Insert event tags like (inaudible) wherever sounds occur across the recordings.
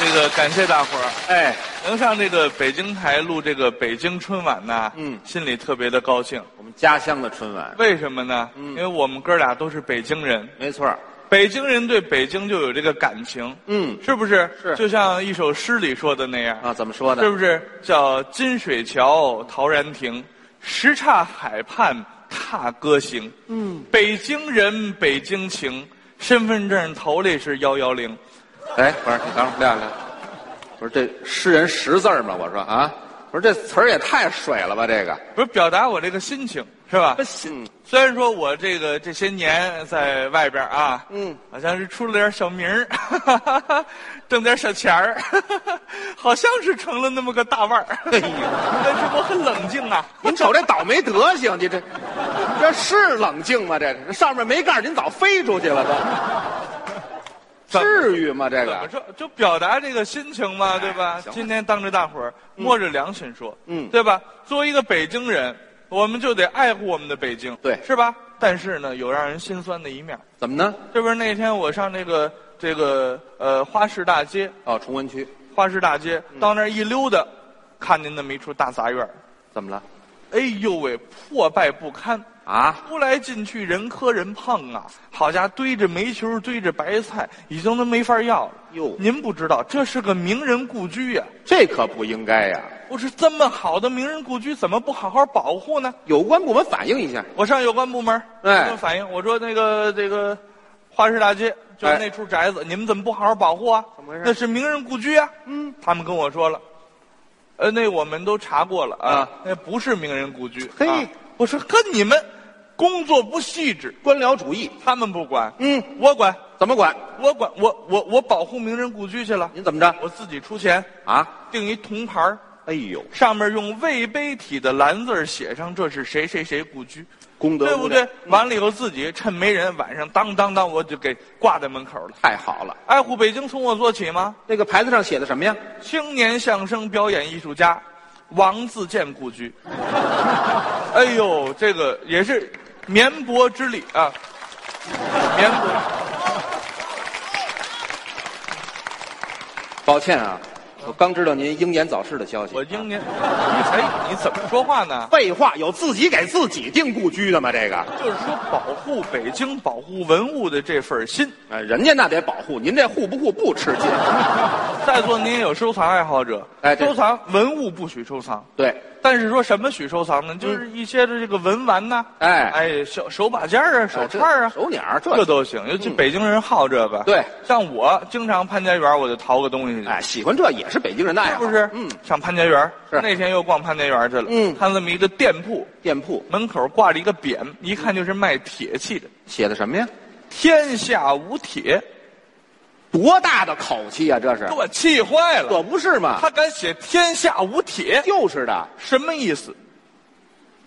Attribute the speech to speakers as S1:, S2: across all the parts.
S1: 这个感谢大伙儿，
S2: 哎，
S1: 能上这个北京台录这个北京春晚呐，
S2: 嗯
S1: 心里特别的高兴。
S2: 我们家乡的春晚，
S1: 为什么呢？
S2: 嗯
S1: 因为我们哥俩都是北京人，
S2: 没错儿
S1: 北京人对北京就有这个感情，
S2: 嗯
S1: 是不是？
S2: 是
S1: 就像一首诗里说的那样，
S2: 啊，怎么说呢
S1: 是？不是叫“金水桥陶然亭，什刹海畔踏歌行”？嗯，北京人，北京情，身份证头里是幺幺零。
S2: 哎，不是，你等会儿亮亮，不是这诗人识字儿吗？我说啊，我说这词儿也太水了吧，这个
S1: 不是表达我这个心情是吧？
S2: 心
S1: 虽然说我这个这些年在外边啊，
S2: 嗯，
S1: 好像是出了点小名儿， (laughs) 挣点小钱儿， (laughs) 好像是成了那么个大腕儿，
S2: 哎
S1: 但是我很冷静啊。
S2: 您瞅这倒霉德行，你这这是冷静吗？这个这上面没盖儿，您早飞出去了都，
S1: 怎么
S2: 至于吗？这
S1: 怎么
S2: 个
S1: 说？就表达这个心情嘛，对吧
S2: 啊哎行？了
S1: 今天当着大伙儿摸着良心说，
S2: 嗯
S1: 对吧？作为一个北京人，我们就得爱护我们的北京，
S2: 对
S1: 是吧？但是呢，有让人心酸的一面儿。
S2: 怎么呢？
S1: 这不是那天我上那个这个呃花市大街，
S2: 哦，崇文区
S1: 花市大街到那儿一溜达，看见那么一处大杂院儿，
S2: 怎么了？
S1: 哎呦喂，破败不堪。
S2: 啊，
S1: 出来进去人磕人碰啊，好家伙，堆着煤球，堆着白菜，已经都没法要了。
S2: 哟
S1: 您不知道这是个名人故居呀、
S2: 这可不应该呀！
S1: 我是这么好的名人故居，怎么不好好保护呢？
S2: 有关部门反映一下，
S1: 我上有关部门，
S2: 哎
S1: 他们反映我说那个这个花市大街就是
S2: 哎
S1: 那处宅子，你们怎么不好好保护啊？
S2: 怎么回事
S1: 那是名人故居啊。
S2: 嗯，
S1: 他们跟我说了，呃，那我们都查过了啊
S2: 啊，
S1: 那不是名人故居。
S2: 嘿
S1: 啊我说跟你们工作不细致，
S2: 官僚主义，
S1: 他们不管，
S2: 嗯，
S1: 我管，
S2: 怎么管？
S1: 我管，我我我保护名人故居去了，
S2: 您怎么着
S1: 我自己出钱
S2: 啊？
S1: 订一铜牌儿
S2: 哎呦，
S1: 上面用魏碑体的蓝字儿写上这是谁谁谁故居，
S2: 功德
S1: 对
S2: 无
S1: 不
S2: 量
S1: 对？完了以后自己趁没人，晚上当当当我就给挂在门口了。
S2: 太好了。
S1: 爱护北京从我做起吗？
S2: 那个牌子上写的什么呀？
S1: 青年相声表演艺术家王自健故居。 (laughs) 哎呦，这个也是绵薄之力啊，绵薄。
S2: 抱歉啊，我刚知道您英年早逝的消息。
S1: 我英年，你才你怎么说话呢？
S2: 废话，有自己给自己定故居的吗？这个，
S1: 就是说保护北京、保护文物的这份心。
S2: 哎，人家那得保护，您这护不护不吃劲。
S1: 在座您也有收藏爱好者，
S2: 哎对
S1: 收藏文物不许收藏，
S2: 对，
S1: 但是说什么许收藏呢？就是一些的这个文玩呐、
S2: 嗯哎
S1: 哎，手手把件儿啊，手串儿啊，
S2: 手鸟儿
S1: 这
S2: 这，
S1: 都行。尤其北京人好这个，
S2: 对
S1: 像我经常潘家园，我就淘个东西去。
S2: 哎，喜欢这也是北京人的爱
S1: 是
S2: 好，
S1: 不是？
S2: 嗯，，
S1: 上潘家园
S2: 是
S1: 那天又逛潘家园去了。
S2: 嗯
S1: 看这么一个店铺，
S2: 店铺
S1: 门口挂着一个匾，一看就是卖铁器的。
S2: 写的什么呀？
S1: 天下无铁，
S2: 多大的口气呀、这是
S1: 给，我气坏了。
S2: 可不是嘛？
S1: 他敢写“天下无铁
S2: 就是的，”，
S1: 什么意思？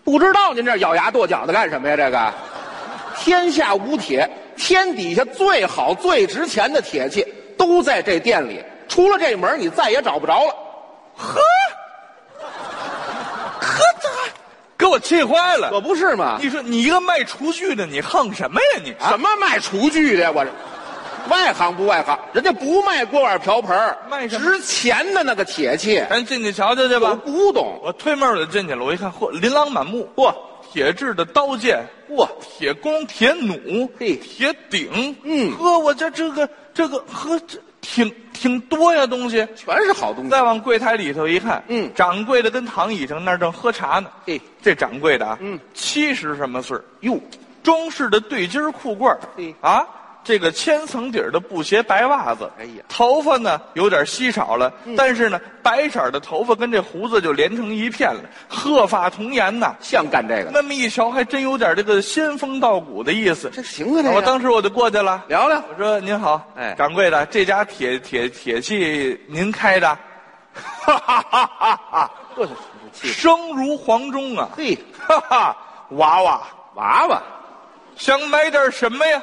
S2: 不知道您这咬牙跺脚的干什么呀？这个，天下无铁，天底下最好最值钱的铁器都在这店里，出了这门儿你再也找不着了，
S1: 呵，这还给我气坏了
S2: 可。不是吗？
S1: 你说你一个卖厨具的，你横什么呀你？啊，
S2: 什么卖厨具的？我这外行不外行，人家不卖锅碗瓢盆儿
S1: 卖什么
S2: 值钱的那个铁器，
S1: 咱进去瞧瞧去
S2: 我
S1: 吧。
S2: 不懂。
S1: 我推门我就进去了，我一看，嚯，琳琅满目，
S2: 嚯
S1: 铁制的刀剑，
S2: 嚯，
S1: 铁弓、铁弩、
S2: 嘿
S1: 铁鼎，
S2: 嗯
S1: 呵，我这这个这个呵，这挺挺多呀东西。
S2: 全是好东西。
S1: 再往柜台里头一看，
S2: 嗯
S1: 掌柜的跟躺椅上那儿正喝茶呢。
S2: 嘿
S1: 这掌柜的啊，
S2: 嗯，
S1: 七十什么岁儿
S2: 哟，
S1: 中式的对襟儿裤褂儿
S2: 嘿
S1: 啊，这个千层底儿的布鞋、白袜子，
S2: 哎呀嗯
S1: 头发呢有点稀少了，但是呢，白色儿的头发跟这胡子就连成一片了，鹤发童颜呐。
S2: 像干这个的，
S1: 那么一瞧，还真有点这个仙风道骨的意思。
S2: 这行啊，这个
S1: 我当时我就过去了，
S2: 聊聊
S1: 我说：“您好，
S2: 哎
S1: 掌柜的，这家铁铁铁器您开的，哈哈哈哈哈，
S2: 这是气
S1: 声如黄钟啊，
S2: 嘿，
S1: 哈哈，娃娃
S2: 娃娃
S1: 想买点什么呀？”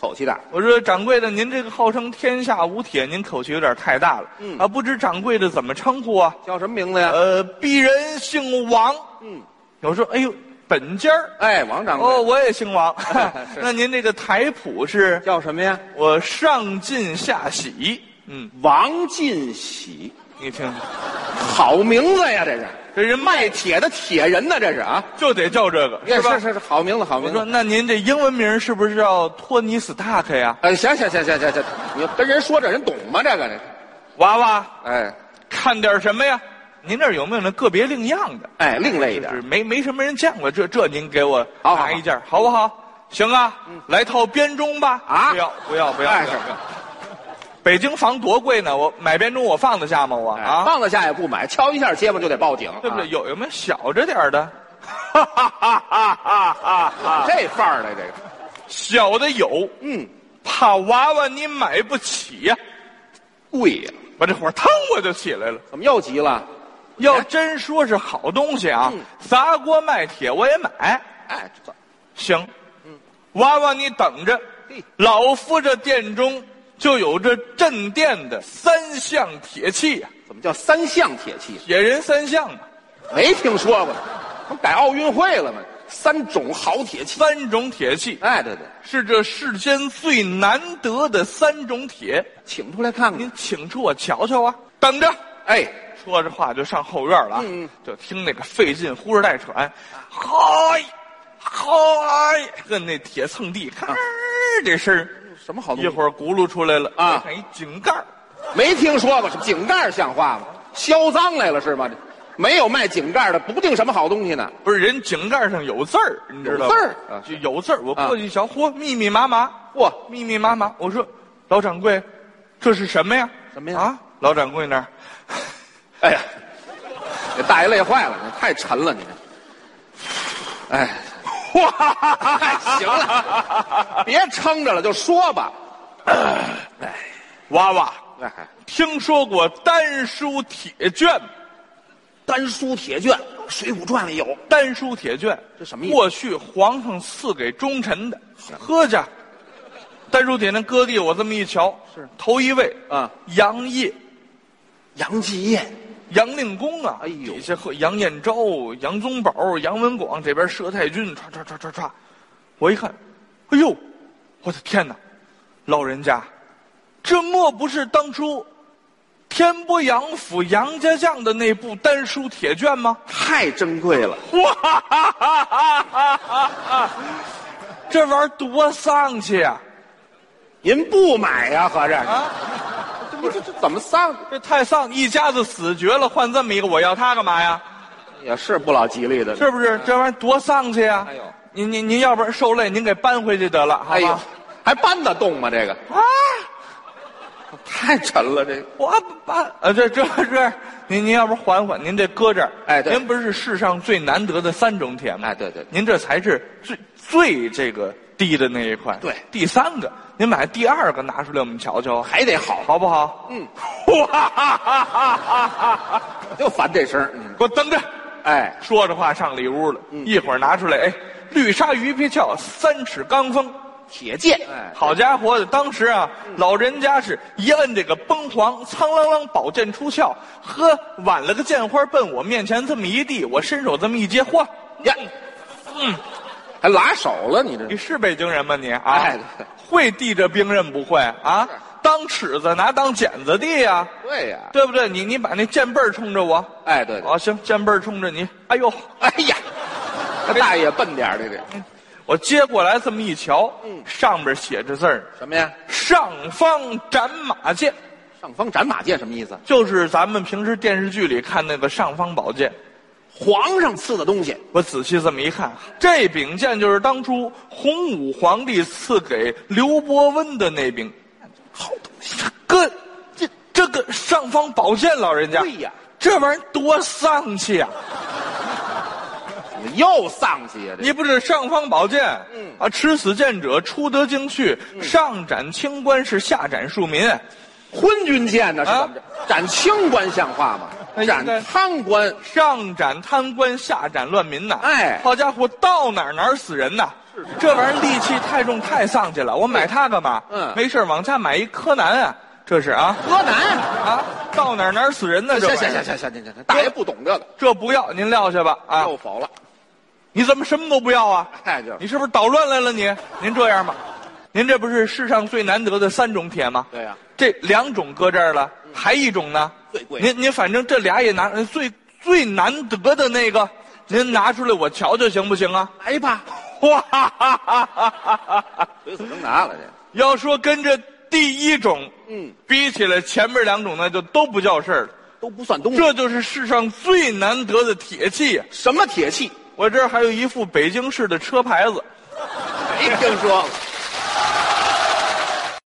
S2: 口气大，
S1: 我说掌柜的，您这个号称天下无铁，您口气有点太大了。
S2: 嗯
S1: 啊，不知掌柜的怎么称呼啊？
S2: 叫什么名字呀？
S1: 呃，鄙人姓王。
S2: 嗯，
S1: 我说，哎呦，本家儿。
S2: 哎，王掌
S1: 哦，
S2: 柜
S1: 我也姓王
S2: (laughs) 。
S1: (laughs)
S2: 是
S1: 那您这个台谱是
S2: 叫什么呀？
S1: 我上进下喜，嗯，
S2: 王进喜，
S1: 你听，
S2: 好名字呀，这是
S1: 这人卖
S2: 卖铁的铁人呢，这是啊，
S1: 就得叫这个，
S2: 是
S1: 吧？
S2: 是是，好名字，好
S1: 我
S2: 名
S1: 说，
S2: 字。
S1: 那您这英文名是不是叫托尼·斯塔克呀？
S2: 呃，行行行行行行，你跟人说这人懂吗？这个，
S1: 娃娃，
S2: 哎
S1: 看点什么呀？您这儿有没有那个别另样的？
S2: 哎，另类一
S1: 就是
S2: 点，
S1: 没没什么人见过，这这您给我
S2: 好好嗯
S1: 拿一件儿，好不好？行啊，来套编钟吧。
S2: 啊
S1: 不要不要不要！
S2: 哎
S1: 不要不要北京房多贵呢，我买编钟我放得下吗？我
S2: 哎
S1: 啊，
S2: 放得下也不买，敲一下街坊就得报警，
S1: 对不对？
S2: 啊？
S1: 有有没有小着点儿的？
S2: 哈哈哈哈哈哈！哎这范儿的这个，
S1: 小的有，
S2: 嗯，
S1: 怕娃娃你买不起呀、
S2: 贵呀，
S1: 把这火腾我就起来了。
S2: 怎么又急了？
S1: 要真说是好东西啊，
S2: 哎嗯
S1: 砸锅卖铁我也买。
S2: 哎，这
S1: 行，娃娃你等着
S2: 嘿，
S1: 老夫这殿中就有这镇店的三项铁器啊，
S2: 怎么叫三项铁器？
S1: 铁人三项嘛，
S2: 没听说过，怎么改奥运会了吗？三种好铁器。
S1: 三种铁器
S2: 哎，对对，
S1: 是这世间最难得的三种铁，
S2: 请出来看看
S1: 您。请出我瞧瞧啊，等着。
S2: 哎，
S1: 说着话就上后院了啊，
S2: 嗯嗯
S1: 就听那个费劲呼哧带喘，嗨，嗨，跟那铁蹭地，咔、这声儿
S2: 什么好东
S1: 一
S2: 西？
S1: 会儿轱辘出来了
S2: 啊
S1: 再看一井盖儿
S2: 没听说过，井盖像话吗？销赃来了是吗？没有卖井盖的，不定什么好东西呢。
S1: 不是人井盖上有字儿，你知道吗？
S2: 有字儿啊
S1: 就有字儿。我
S2: 啊
S1: 过去一瞧，嚯，密密麻麻，
S2: 嚯，
S1: 密密麻麻。我说，老掌柜，这是什么呀？
S2: 什么呀
S1: 啊，老掌柜那儿，
S2: 哎呀，给大爷累坏了，太沉了你这。哎，哇，行了，别撑着了，就说吧。
S1: 娃娃，
S2: 哎，
S1: 听说过丹书铁卷？
S2: 丹书铁卷，《水浒传》里有。
S1: 丹书铁卷
S2: 这什么意思
S1: 过去皇上赐给忠臣的，喝去。丹书铁那割地，我这么一瞧，
S2: 是
S1: 头一位
S2: 啊，
S1: 杨业。
S2: 杨继业，
S1: 杨令公啊，
S2: 哎呦
S1: 底下和杨彦昭、杨宗保、杨文广这边佘太君，唰唰唰唰唰，我一看，哎呦，我的天哪，老人家，这莫不是当初天波杨府杨家将的那部丹书铁卷吗？
S2: (laughs) 太珍贵了。
S1: 哇哈哈哈哈哈哈哈！这玩意儿多丧气啊！
S2: 您不买呀、合着
S1: 啊
S2: 啊？这这这怎么丧？
S1: 这太丧，一家子死绝了，换这么一个，我要他干嘛呀？
S2: 也是不老吉利的。
S1: 是不是？这玩意儿多丧气啊！
S2: 哎呦
S1: 您您您要不然受累，您给搬回去得了，好
S2: 哎呦
S1: 吧？，
S2: 还搬得动吗？这个
S1: 啊，
S2: 太沉了，这个
S1: 我不搬啊，这这这，您您要不然缓缓，您这搁这儿。
S2: 哎对
S1: 您不是世上最难得的三种铁吗？
S2: 哎对对对
S1: 您这才是最最这个低的那一块。
S2: 对
S1: 第三个，您把第二个拿出来，我们瞧瞧，
S2: 还得好， (laughs)
S1: 好不好？
S2: 嗯，
S1: (laughs) 哇哈哈哈哈哈哈！
S2: 我就烦这声儿。嗯，
S1: 给我等着。
S2: 哎，
S1: 说着话上里屋了，
S2: 嗯
S1: 一会儿拿出来，哎，绿鲨鱼皮鞘，三尺钢锋。
S2: 铁剑，哎，嗯
S1: 好家伙的，当时啊，老人家是一摁这个崩簧，苍啷啷宝剑出鞘，呵，挽了个剑花奔我面前这么一递，我伸手这么一接，嚯，
S2: 呀，还拉手了，你这
S1: 你是北京人吗你啊？
S2: 哎
S1: 会递这兵刃不会啊？当尺子拿当剪子递呀、
S2: 对呀，
S1: 对不对？你你把那剑背儿冲着我，
S2: 哎对对，
S1: 啊行，剑背儿冲着你，哎呦，
S2: 哎呀，那大爷笨点儿，这个
S1: 我接过来这么一瞧，上边写着字儿，
S2: 什么呀？
S1: 上方斩马剑。
S2: 上方斩马剑什么意思？
S1: 就是咱们平时电视剧里看那个尚方宝剑，
S2: 皇上赐的东西，
S1: 我仔细这么一看，这柄剑就是当初洪武皇帝赐给刘伯温的那柄。
S2: 好东西，
S1: 哥，这这个尚方宝剑，老人家，
S2: 对呀
S1: 这玩意儿多丧气啊！
S2: 怎么又丧气呀？这
S1: 你不是尚方宝剑，
S2: 嗯
S1: 啊，持此剑者，出得京去，上斩清官是下斩庶民。
S2: 昏君剑呢？是
S1: 啊
S2: 怎么着？斩清官像话吗
S1: 那？应
S2: 斩
S1: 该
S2: 贪官，
S1: 上斩贪官，下斩乱民呐！
S2: 哎
S1: 好家伙，到哪儿哪儿死人呐！这玩意儿戾气太重，太丧气了。我买它干嘛？
S2: 嗯
S1: 没事儿往家买一柯南啊，这是啊
S2: 河南。啊
S1: 啊，到哪儿哪儿死人呢？这
S2: 行
S1: 玩意
S2: 行
S1: 儿
S2: 行行行行行，大爷不懂这个，
S1: 这不要您撂下吧啊！
S2: 又否了。
S1: 你怎么什么都不要啊？
S2: 哎，就是
S1: 你是不是捣乱来了你？您这样吧，您这不是世上最难得的三种铁吗？
S2: 对呀
S1: 这两种搁这儿了，还一种呢？
S2: 最贵
S1: 您您反正这俩也拿，呃最最难得的那个，您拿出来我瞧瞧行不行啊？
S2: 来吧，
S1: 哇哈哈哈哈哈！
S2: 随手扔拿了
S1: (laughs)
S2: 这。
S1: 要说跟这第一种，
S2: 嗯，
S1: 比起来前面两种那就都不叫事儿了。
S2: 都不算东西。
S1: 这就是世上最难得的铁器呀
S2: 什么铁器？
S1: 我这儿还有一副北京市的车牌子，
S2: 没听说过。